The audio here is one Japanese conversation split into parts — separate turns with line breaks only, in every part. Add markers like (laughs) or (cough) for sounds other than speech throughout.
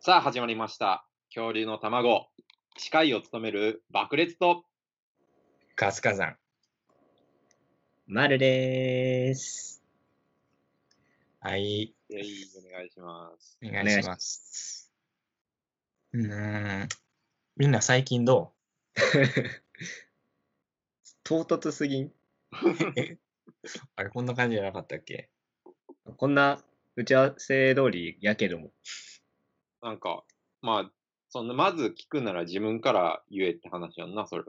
さあ始まりました恐竜の卵司会を務める爆裂と
カスカさん。まるでーす。はい、
えいお願いします
お願いします。うーん、みんな最近どう唐突すぎん。えあれ、こんな感じじゃなかったっけ
こんな打ち合わせ通りやけども。
なんかまあそんなまず聞くなら自分から言えって話やんなそれ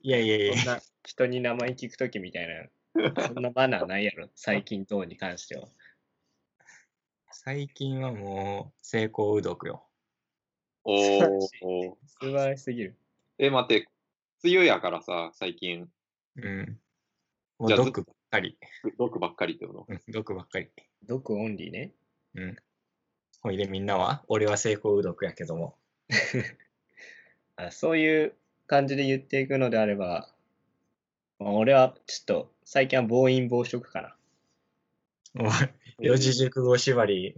いやいやいや
そんな人に名前聞くときみたいな、そんなバナーないや (laughs) ろ、最近等に関しては。
最近はもう、成功うどくよ。
お
素
お
素晴らしすぎる。
え待って梅雨やからさ最近
うん。もう、
じゃあ
毒ばっかり。
毒ばっかりってこと
うん毒ばっかり。
毒オンリーね。
ほいで、みんなは俺は成功うどくやけども。
あそういう感じで言っていくのであれば、まあ俺はちょっと最近は暴飲暴食かな。
おい四字熟語縛り。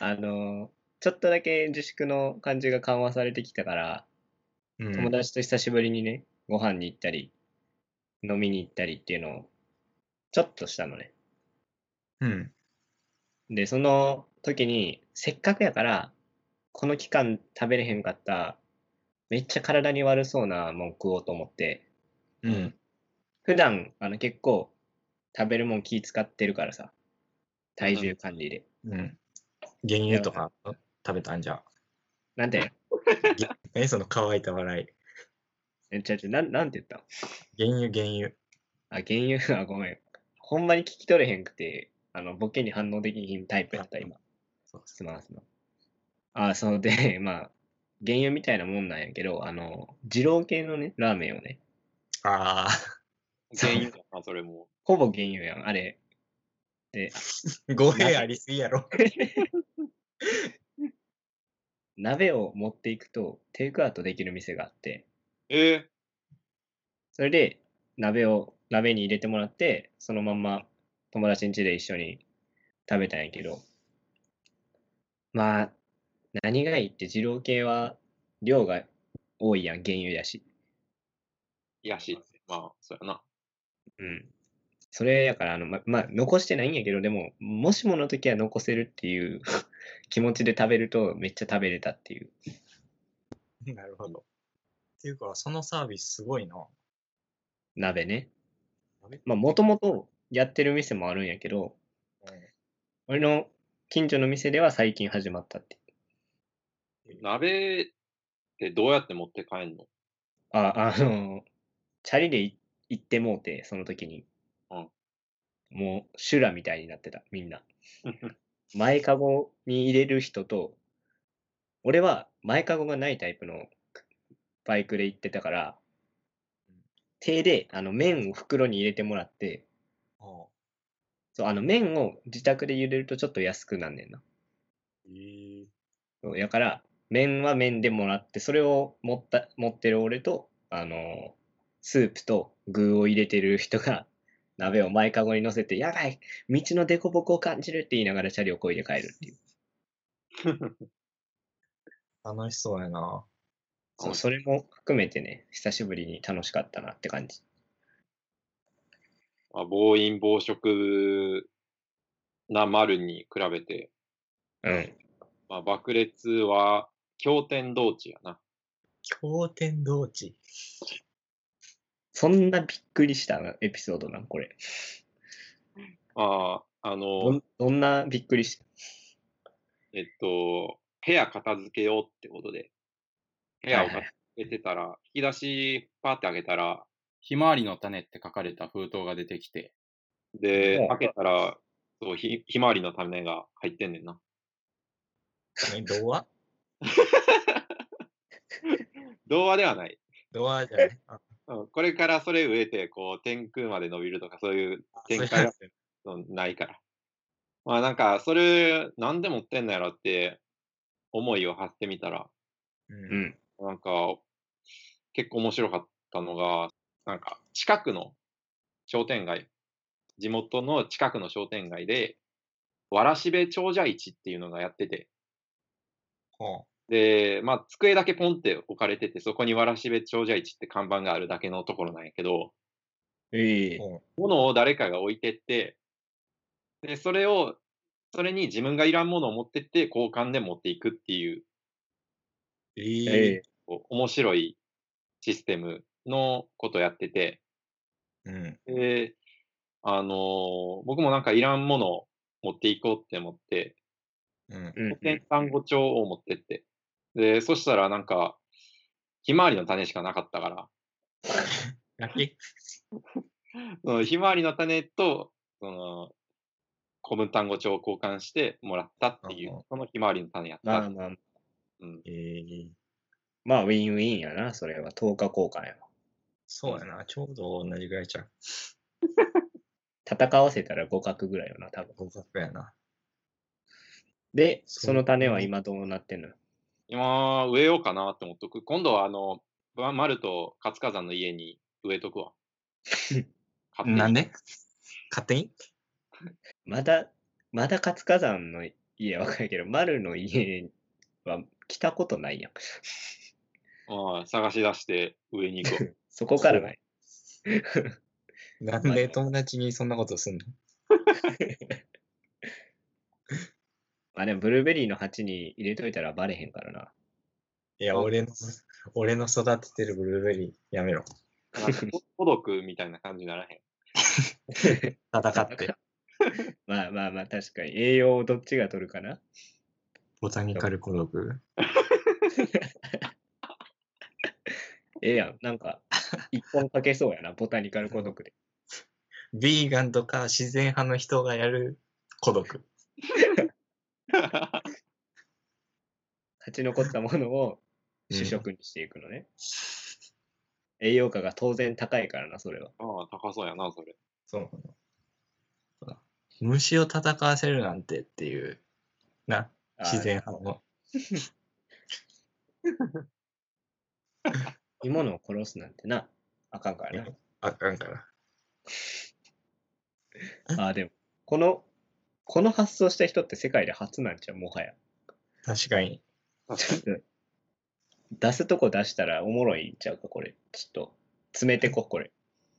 あの、ちょっとだけ自粛の感じが緩和されてきたから、
うん
友達と久しぶりにね、ご飯に行ったり、飲みに行ったりっていうのを、ちょっとしたのね。
うん。
で、その時に、せっかくやから、この期間食べれへんかった、めっちゃ体に悪そうなもん食おうと思って、
うん。
普段、あの、結構、食べるもん気使ってるからさ、体重管理で。
うん。原油とか食べたんじゃ。
なんて、
え、その乾いた笑い。
えちゃちゃ、なん、なんて言ったの
原油、原油。
あ、原油、あ、 (laughs) ごめん。ほんまに聞き取れへんくて、あの、ボケに反応できひんタイプやった、今。
そう
すまんすまん。あ、そうで、 (laughs) まあ、原油みたいなもんなんやけど、あの、二郎系のね、ラーメンをね、
あ
原因だなそれも
ほぼ原油やん、あれ。で、
あ、語弊ありすぎやろ。
鍋を持っていくと、テイクアウトできる店があって、
え
それで、鍋を、鍋に入れてもらって、そのまんま友達ん家で一緒に食べたんやけど、まあ、何がいいって、二郎系は量が多いやん、原油やし。
ー、やしまあそうやな
うん。それやから、あの、ま、まあ、残してないんやけど、でも、もしもの時は残せるっていう (laughs) 気持ちで食べると、めっちゃ食べれたっていう。
(laughs) なるほど。っていうか、そのサービスすごいな。
鍋ね。
鍋
まあ、もともとやってる店もあるんやけど、俺の近所の店では最近始まったって。
鍋ってどうやって持って帰んの
あ、あの、チャリでい行ってもうて、その時に。
うん
もう、修羅みたいになってた、みんな。前かごに入れる人と、俺は前かごがないタイプのバイクで行ってたから
うん、
手であの麺を袋に入れてもらって、
お
そうあの麺を自宅で茹でるとちょっと安くなんねんな。
えー、
そうやから、麺は麺でもらって、それを持った持ってる俺と、あの、スープと具を入れてる人が、鍋を前かごに乗せて、やばい道の凸凹を感じるって言いながらチャリをこいで帰るっていう。
楽しそうやな。
そ
うん
うそれも含めてね、久しぶりに楽しかったなって感じ。
(laughs) まあ、暴飲暴食な丸に比べて、
うん。
まあ、爆裂は経典同地やな。
経典同地。
そんなびっくりしたエピソードなん、これ。
ああ、あ
ど
の
ん、どんなびっくりした
えっと、部屋片付けようってことで、部屋を片付けてたら、引き出しパーって開けたら、
ひまわりの種って書かれた封筒が出てきて、
で
う、ん
開けたら、そうひ、ひまわりの種が入ってんねんな。
え童 (laughs) 話
童話ではない。
童話じゃ (laughs) ない。あ
うん、これからそれ植えて、こう、天空まで伸びるとか、そういう展開がそうないから。まあなんか、それ、なんで持ってんのやろって、思いを張ってみたら、
う。
うんん。
なんか、結構面白かったのが、なんか、近くの商店街、地元の近くの商店街で、わらしべ長者市っていうのがやってて、
ほ
で、まあ、机だけポンって置かれてて、そこにわらしべ長者市って看板があるだけのところなんやけど、
ええ
う。ほ
物を誰かが置いてって、で、それを、それに自分がいらんものを持ってって、交換で持っていくっていう、
う。
え
ええ。
え。
こう面白いシステムのことやってて、
うん。
で、あのー僕もなんかいらんものを持っていこうって思って、
うん。
うん
古典単語帳を持ってって。で、そしたらなんか、ひまわりの種しかなかったから、
ラッキー
そのひまわりの種と、その、古文単語帳を交換してもらったってい
うんう
う、そのひまわりの種やっ
ま
た
あ。まあ、
うん、
ええ。
まあ、ウィンウィンやな、それは。10日交換やわ。
そうやな。ちょうど同じぐらいちゃう。
戦わせたら互角ぐらいよな、多分。
合格やな。
で、
そう
その種は今どうなってんの
今、植えようかなって思っとく。今度はあの、ま丸と活火山の家に植えとくわ。勝手に
なんで勝手に
まだ、まだ活火山の家はわかるけど、 (laughs) 丸の家は来たことないやん。
うん探し出して植えに行こう。
そこからない。
なんで友達にそんなことすんの
まあでも、ブルーベリーの鉢に入れといたらバレへんからな。
いや、
あ
俺の、俺の育ててるブルーベリー、やめろ。
(laughs) なんか届くみたいな感じにならへん。 (laughs)
戦って。
(laughs) まあまあまあ、確かに。栄養をどっちが取るかな
ボタニカル孤独。
ええやん。なんか、一本かけそ
(laughs)
うやな、ボタニカル孤独で。
ビーガンとか自然派の人がやる孤独。
勝ち残ったものを主食にしていくのね。栄養価が当然高いからな、それは。
ああ、高そうやな、それ。
そうなのほら虫を戦わせるなんてっていう、な、
あー
自然派の。
生き物を殺すなんてな、あかんからな。
あかんから。
ああ、でも、この、この発想した人って世界で初なんちゃう、もはや。
確かに。
ちょっと、出すとこ出したらおもろいんちゃうか、これ。ちょっと、詰めてこ、これ。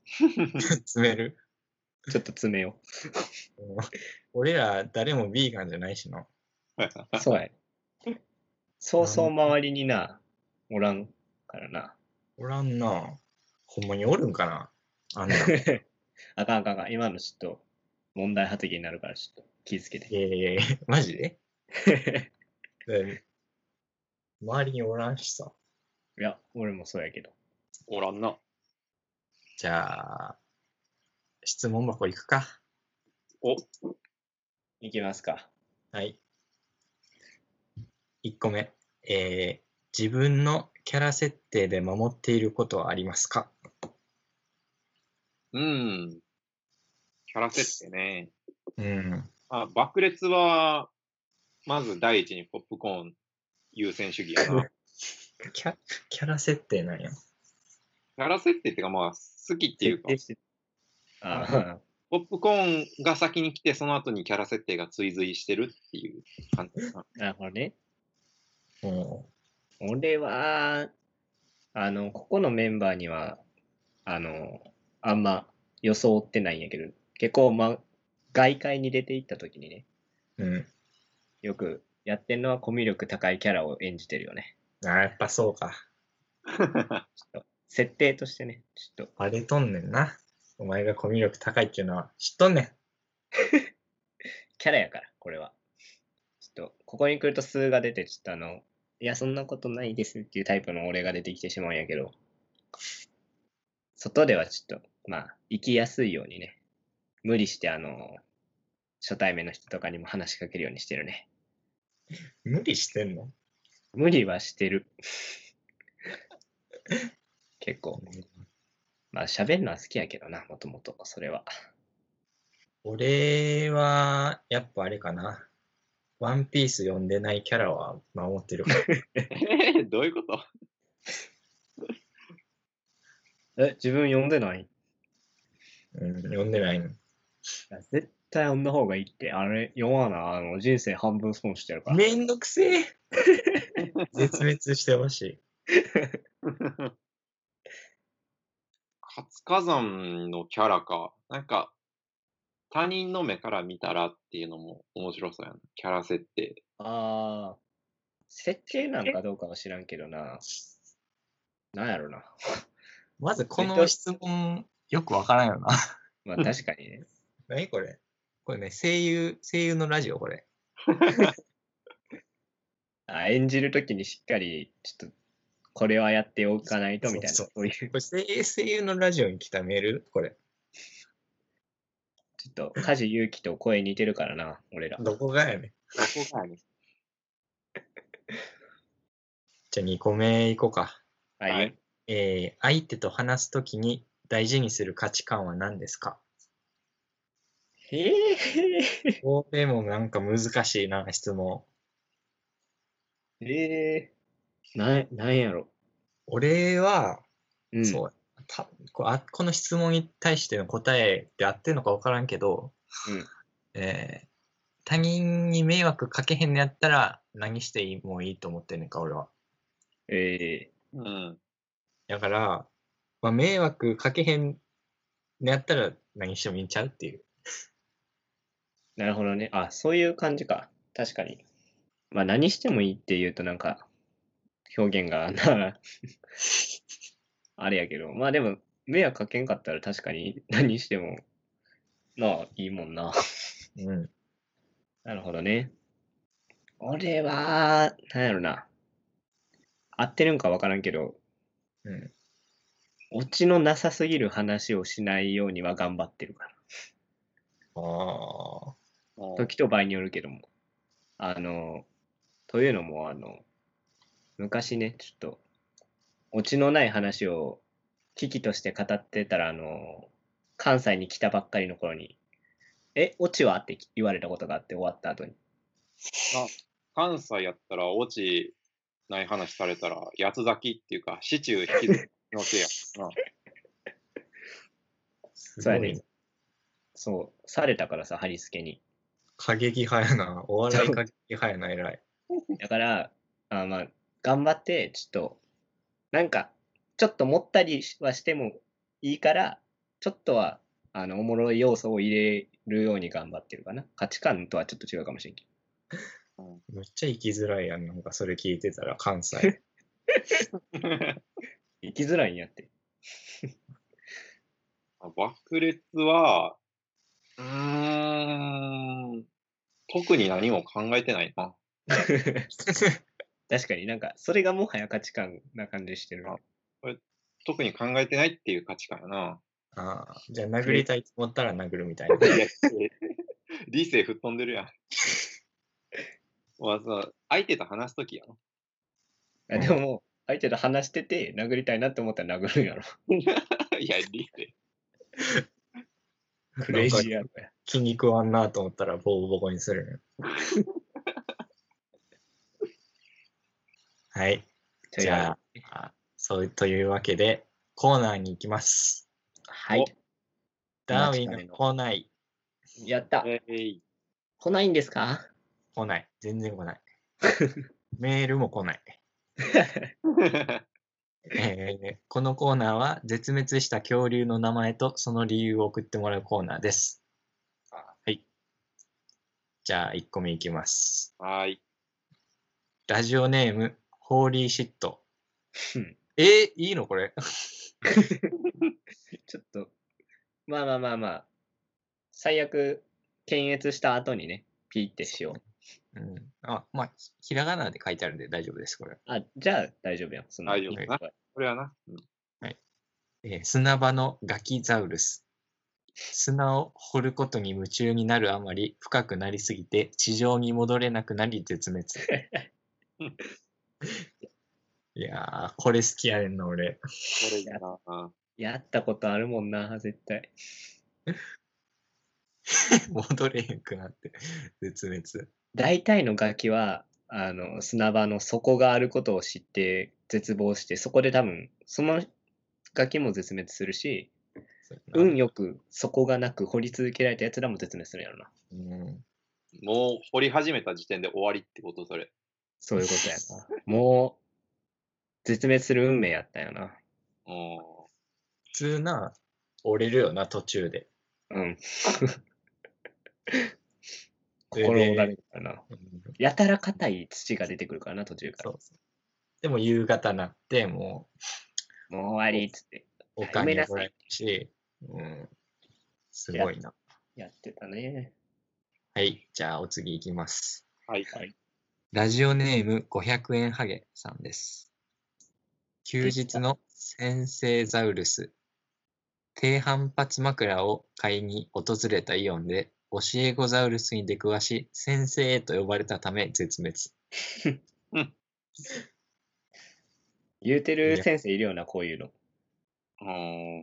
詰める。
ちょっと詰めよ
うん俺ら誰もビーガンじゃないしの。
う。
(laughs)
そうやね。そうそう周りにな、おらんからな。
おらんな。ほんまにおるんかなあんな。い
あかんあかんあかん。今のちょっと、問題発言になるから、ちょっと気ぃつけて。
やいやいや、マジで (laughs) だって周りにおらんしさ。
いや、俺もそうやけど。
おらんな。
じゃあ、質問箱行くか。
お、
いきますか。
はい。1個目。えー、自分のキャラ設定で守っていることはありますか
うん。キャラ設定ね。
うん。
あ、爆裂は、まず第一にポップコーン優先主義や (laughs) な。
キャキャラ設定なんや。
キャラ設定っていうか、まあ、好きっていうか、
設定してああ、
ポップコーンが先に来て、その後にキャラ設定が追随してるっていう感じかな。
(laughs) なるほどね。
うん。
俺は、あの、ここのメンバーには、あの、あんま予想ってないんやけど、結構、まあ、外界に出て行った時にね、
うん。
よくやってんのはコミュ力高いキャラを演じてるよね。
あーやっぱそうか。
設定としてね、ちょっと。
バレとんねんな。お前がコミュ力高いっていうのは知っとんねん。
キャラやから、これは。ちょっと、ここに来ると数が出て、ちょっとあの、いや、そんなことないですっていうタイプの俺が出てきてしまうんやけど、外ではちょっと、まあ、生きやすいようにね、無理して、あの、初対面の人とかにも話しかけるようにしてるね。
無理してんの
無理はしてる。 (laughs) 結構。まあ、喋るのは好きやけどな、もともと、それは。
俺は、やっぱあれかな。ワンピース読んでないキャラは守ってるから。
え (laughs) ー、どういうこと
え、自分読んでない
うん、読んでないの。
いや絶対あんな方がいいって、あれ、読まな、あの、人生半分損してるから。
めんどく (laughs) せえ絶滅してほしい。
活火山のキャラか。なんか、他人の目から見たらっていうのも面白そうやな。キャラ設定。
ああ、設定なんかどうかは知らんけどな。なんやろな。
まずこの質問、よくわからんよな。
まあ確かにね。
何これこれね、声優、声優のラジオこれ。
あ演じるときにしっかり、ちょっと、これはやっておかないとみたいな、
そう
そういう、
これ声優声優のラジオに来たメールこれ。
ちょっと、梶裕貴と声似てるからな、俺ら。
どこがやねん。
どこがやねん
じゃあ2個目いこうか。
はい。
はい
えー、相手と話すときに大事にする価値観は何ですか
へえ。
これもなんか難しいな、質問。
えー、なん、なんやろ。
俺は、
うん。。
そううたこあ、この質問に対しての答えで合ってるのか分からんけど、
うん
えー他人に迷惑かけへんのやったら何していいもういいと思ってんねんか、俺は。
え
うん。
だから、まあ、迷惑かけへんのやったら何してもいいんちゃうっていう。
ー、なるほどね。あ、そういう感じか。確かに。まあ、何してもいいって言うと、なんか、表現が、な、 (laughs) あれやけど。まあ、でも、迷惑かけんかったら確かに何しても、まあ、いいもんな。 (laughs)
うん。
なるほどね。俺は、なんやろな。合ってるんかわからんけど、
うん。
オチのなさすぎる話をしないようには頑張ってるから。
ああ。
時と場合によるけども。あの、というのも、あの、昔ね、ちょっと、オチのない話を危機として語ってたら、あの、関西に来たばっかりの頃に、え、オチはって言われたことがあって終わった後に。
関西やったら、落ちない話されたら、八つ咲きっていうか、市中引きずりのせや。
す
そう
ご
や
い
ね
な。。
そう、されたからさ、貼り付けに。
過激派やな。お笑い過激派やな、偉い。
だから、あまあ、頑張って、ちょっと、なんか、ちょっと持ったりはしてもいいから、ちょっとは、あの、おもろい要素を入れるように頑張ってるかな。価値観とはちょっと違うかもしれんけ
めっちゃ生きづらいやん。なんかそれ聞いてたら、関
(laughs)
西。
(laughs) うん
ど。生きづらいんやって。
爆裂は、うーん、特に何も考えてないな。
確かになんか、それがもはや価値観な感じしてるな。
特に考えてないっていう価値観や (laughs) な。
ああ。じゃあ、殴りたいと思ったら殴るみたいな。
いや理性吹っ飛んでるやん。まあさ、相手と話すときやな。
あでももう、相手と話してて、殴りたいなって思ったら殴るんや (laughs) ろ。
(laughs) いや、理性。
クレイジーやろや。
筋肉あんなと思ったら、ボコボコにするね。はい。
とり
じ
あ
ゃあ、あそうというわけで、コーナーに行きます。
はい。
ダーウィンの来ない。
えずやった。
えい
来ないんですか
来ない。全然来ない。メールも来ない。えーこのコーナーは絶滅した恐竜の名前とその理由を送ってもらうコーナーです。はい。じゃあ1個目いきます。
(laughs) はーい。
ラジオネーム、ホーリーシット。
うん
えー、いいのこれ。
ちょっと、まあまあまあまあ、最悪、検閲した後にね、ピーってしよう。
うん、あまあ、ひひらがなで書いてあるんで大丈夫です、これ。
あ、じゃあ大丈夫やん。その
大丈夫
いい
な
声
これはな。うん
えー砂場のガキザウルス。砂を掘ることに夢中になるあまり深くなりすぎて地上に戻れなくなり絶
(laughs)
滅。いやー、これ好きやねんな、俺。 (laughs)
これいいな。
やったことあるもんな、絶対。
戻れへんくなって、絶滅。
大体のガキは、あの、砂場の底があることを知って、絶望して、そこで多分、そのガキも絶滅するし、
そうやな
運よく底がなく掘り続けられたやつらも絶滅するんやろな。
うん。
もう掘り始めた時点で終わりってこと、それ。
そういうことやな。もう、絶滅する運命やったよな。
うん。
普通な、折れるよな、途中で。
うん。
それで
(laughs) 心折られるからな。
うん
やたら硬い土が出てくるからな、途中から。
そうでも夕方なって、も
もう終わりっつって
う、お
や
金
め
もら
なさ
え
い
るし、うん。すごいな。
やってたね。
はい、じゃあお次いきます。
はい。
ラジオネーム500円ハゲさんです。休日の先生ザウルス。低反発枕を買いに訪れたイオンで、教え子ザウルスに出くわし、先生と呼ばれたため絶滅。
言うてる先生いるような、こういうの。
う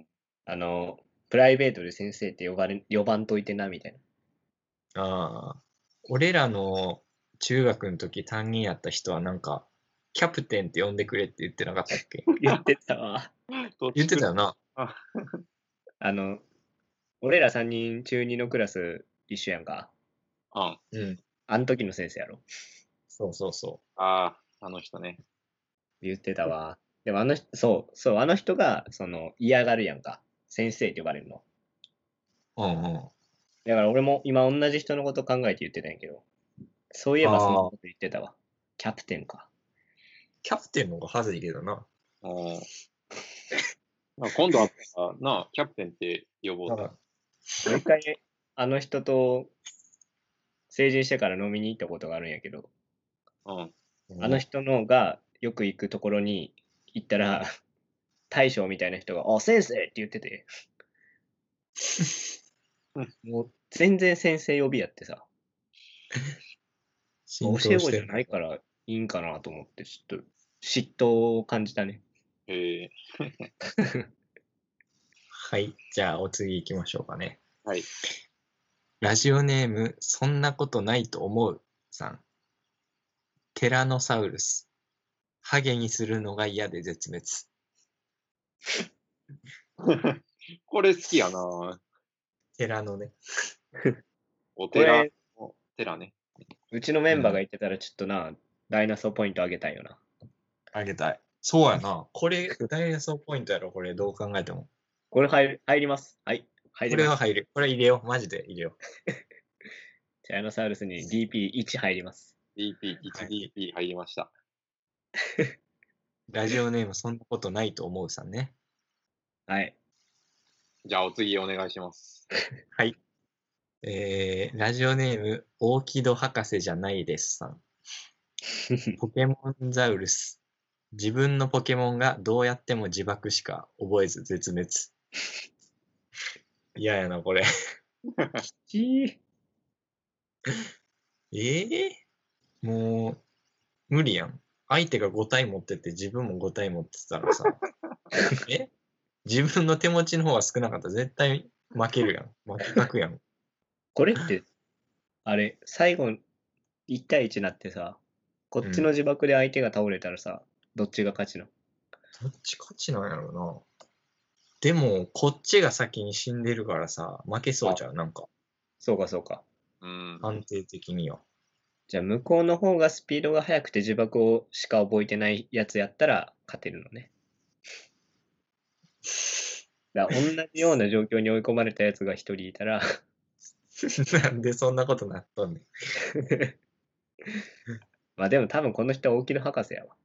ん。
あの、プライベートで先生って呼ばれ、呼ばんといてな、みたいな。
ああ。俺らの中学の時担任やった人はなんか、キャプテンって呼んでくれって言ってなかったっ (laughs) け
(laughs) 言ってたわ。
言ってたよな。
あの、俺ら3人中2のクラス一緒やんか。
うん。
うん。
あの時の先生やろ。
そうそうそ
ああ、あの人ね。
言ってたわ。でもあの人、そう、そう、あの人が、その、嫌がるやんか。先生って呼ばれるの。
う。うんうん。
だから俺も今同じ人のこと考えて言ってたんやけど、そういえばそんなこと言ってたわ。キャプテンか。
キャプテンの方がはずいけどな。
うん。まあ今度は、なあ、キャプテンって呼ぼうぜ。
もう一回、 (laughs) あの人と成人してから飲みに行ったことがあるんやけど、
うん。
あの人のがよく行くところに行ったら、大将みたいな人が、あ、先生って言ってて
うん。
もう全然先生呼びやってさ、
浸
教
透
え
し
子
て
じゃ
る
ないからいいんかなと思って、ちょっと嫉妬を感じたね。
へえ。
はい。じゃあ、お次行きましょうかね。
はい。
ラジオネーム、そんなことないと思うさん。テラノサウルス。ハゲにするのが嫌で絶滅。
これ好きやな。
テラノね。
お
こ
寺
れ、
お寺ね。
うちのメンバーが言ってたらちょっとな、ダイナソーポイントあげたいよな。
あげたい。そうやな。 (laughs) これ、ダイナソーポイントやろ、これ、どう考えても。
これ入る入ります。はい。入
こ
り
れ
ま
は
す。
入る。これ入れよう。マジで入れよ
ティラノサウルスに DP1 入ります。
DP、
はい
1DP 入りました。
う。ラジオネーム、そんなことないと思うさんね。
はい。
じゃあ、お次お願いします。
はい。えー、ラジオネーム、オーキド博士じゃないです (laughs) さん。ポケモンザウルス。自分のポケモンがどうやっても自爆しか覚えず絶 (laughs) 滅。嫌やな、これ。
ち
ええもう、無理やん。相手が5体持ってて、自分も5体持ってたら (laughs) さ、え自分の手持ちの方が少なかったら絶対負けるやん。負けたくやん。
これって、あれ、最後、1対1になってさ、こっちの自爆で相手が倒れたらさ、どっちが勝ちの
どっち勝ちなんやろな。でも、こっちが先に死んでるからさ、負けそうじゃん、なんか、
そうかそうか。
うん。
安定的に (laughs) は。
じゃあ、向こうの方がスピードが速くて自爆をしか覚えてないやつやったら勝てるのね。だから同じような状況に追い込まれたやつが1人いたら、
なんでそんなことなっとんねん。
まあでも多分この人は大木戸博士やわ。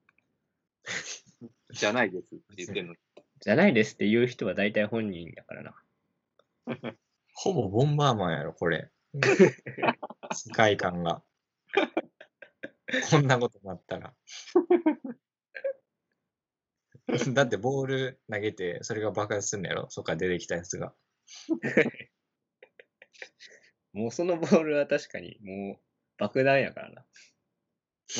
じゃないですって言ってんの。
じゃないですって言う人は大体本人だからな。
ほぼボンバーマンやろ、これ。世界観が。こんなことなったら。 (laughs) だってボール投げて、それが爆発するんのやろ、そっから出てきたやつが。
もうそのボールは確かにもう爆弾やからな。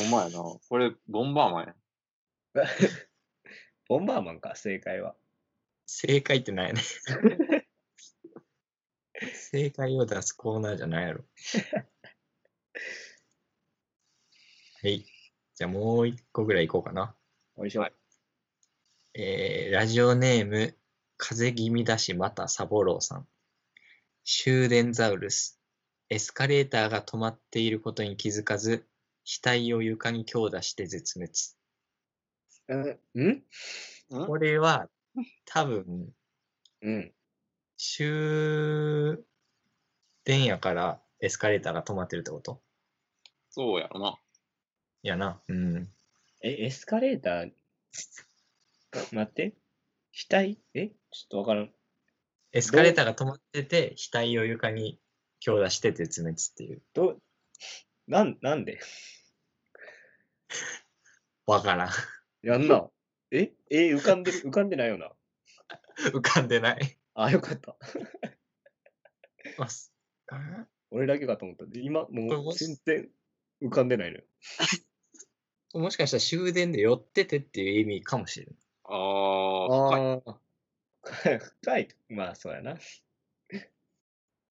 お前やな。これ、ボンバーマンや。
ボンバーマンか、正解は。
正解ってないねん。正解を出すコーナーじゃないやろ。はい。じゃあもう一個ぐらいいこうかな。
おいしょ。
えーラジオネーム、風邪気味だし、またサボローさん。シューデンザウルス。エスカレーターが止まっていることに気づかず、額を床に強打して絶滅。
うん
ん
これは、多分、
うん。
終電やからエスカレーターが止まってるってこと
そうやろな。
やな。うん。
え、エスカレーター、待って。額えちょっとわからん。
エスカレーターが止まってて、額を床に強打して絶滅っていう。
どう、なん、なんで
わからん。 (laughs)
やんな。ええ、浮かんでる、浮かんでないよな。
浮かんでない。
あ、よかった。
ますあ
俺だけかと思った。で今、
これ
も
も
う
し
全然浮かんでないのよ。
もしかしたら終電で寄っててっていう意味かもしれない。
ああ、深い
ああ。深い。まあ、そうやな。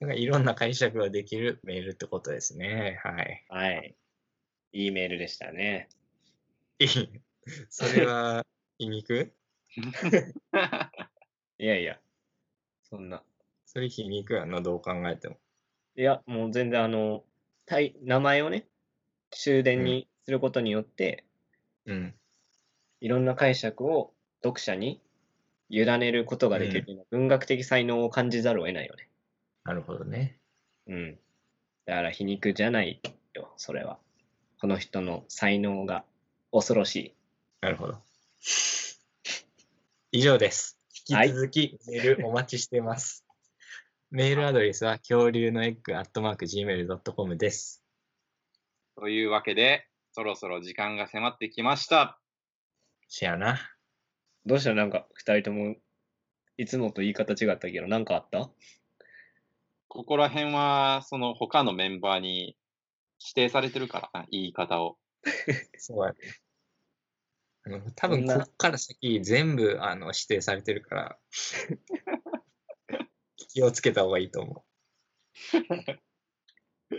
なんかいろんな解釈ができるメールってことですね。はい。 (laughs)
はい。いいメールでしたね。
いいそれは、皮肉
いやいや。そんな。
それ皮肉やな、どう考えても。
いや、もう全然あの、たい名前をね、終電にすることによって、
うん。
いろんな解釈を読者に委ねることができる、文学的才能を感じざるを得ないよね。
なるほどね。
うん。だから皮肉じゃないよ、それは。この人の才能が恐ろしい。
なるほど。以上です。引
はい
き続きメールお待ちしています。メールアドレスは恐竜のエッグアットマーク Gmail.com です。
(laughs) というわけで、そろそろ時間が迫ってきました。
シェアな。
どうしたなんか二人ともいつもと言い方違ったけど、なんかあった
ここら辺は、その他のメンバーに指定されてるからな、言い方を。
そうやね。あの多分
そんな
こっから先全部あの指定されてるから、気をつけた方がいいと思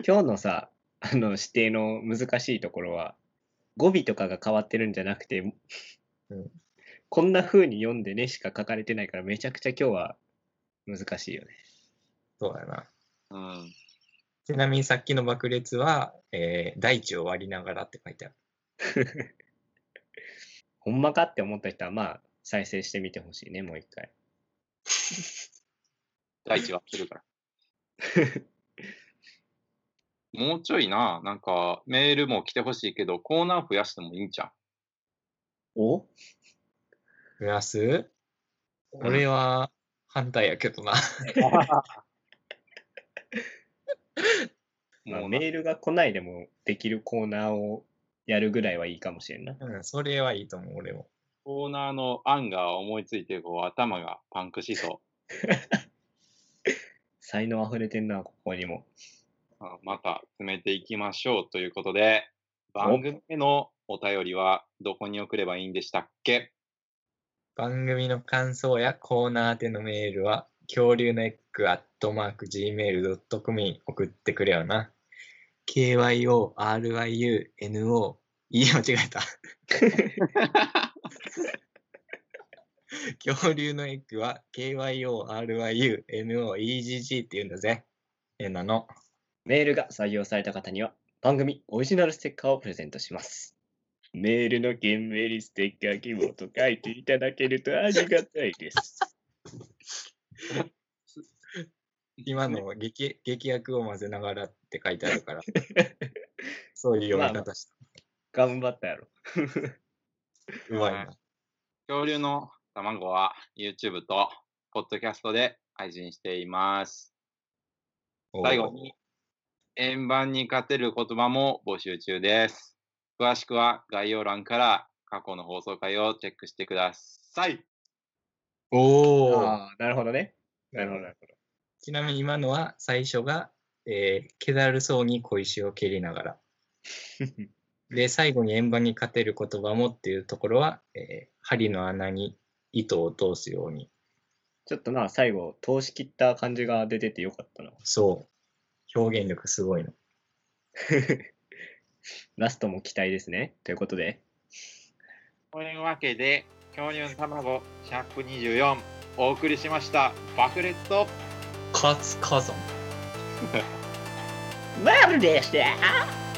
今日のさ、あの指定の難しいところは、語尾とかが変わってるんじゃなくて、
うん
こんな風に読んでねしか書かれてないから、めちゃくちゃ今日は難しいよね。
う。そうやな。
うん。
ちなみにさっきの爆裂は、えー大地を割りながらって書いてある。
ほんまかって思った人は、まあ、再生してみてほしいね、もう一回。
大地は来る
(laughs)
から。もうちょいな、なんかメールも来てほしいけど、コーナー増やしてもいいんじゃ
(laughs)
ん。
お
プラス、俺は反対やけどな。
まあ
もうな
メールが来ないでもできるコーナーをやるぐらいはいいかもしれんな。
うん、それはいいと思う、俺も。
コーナーの案が思いついて、こう頭がパンクしそ
才能溢れてんな、ここにも。
う。うんまた詰めていきましょうということで、番組へのお便りはどこに送ればいいんでしたっけ
番組の感想やコーナーでのメールは、恐竜のエッグアットマーク Gmail.com に送ってくれよな。KYORYUNO。いい、間違えた。恐竜のエッグは KYORYUNOEGG って言うんだぜ。えなの。
メールが採用された方には番組オリジナルステッカーをプレゼントします。メールの件名にステッカー希望と書いていただけるとありがたいです。
今の劇劇薬を混ぜながらって書いてあるから、そういう読み方した。
頑張ったやろ。
うまいな。
恐竜の卵は YouTube と Podcast で配信しています。最後に、円盤に勝てる言葉も募集中です。詳しくは概要欄から過去の放送回をチェックしてください。
おー
ああ、なるほどね。なるほど、なるほど。
ちなみに今のは最初が、えー、気だるそうに小石を蹴りながら。で、最後に円盤に勝てる言葉もっていうところは、えー針の穴に糸を通すように。
ちょっとな、最後、通し切った感じが出ててよかったな。
そう。表現力すごいの。
ラストも期待ですね。ということで、
というわけで、恐竜の卵、シャープ24、お送りしました爆裂と
カツ火山。
バブルでした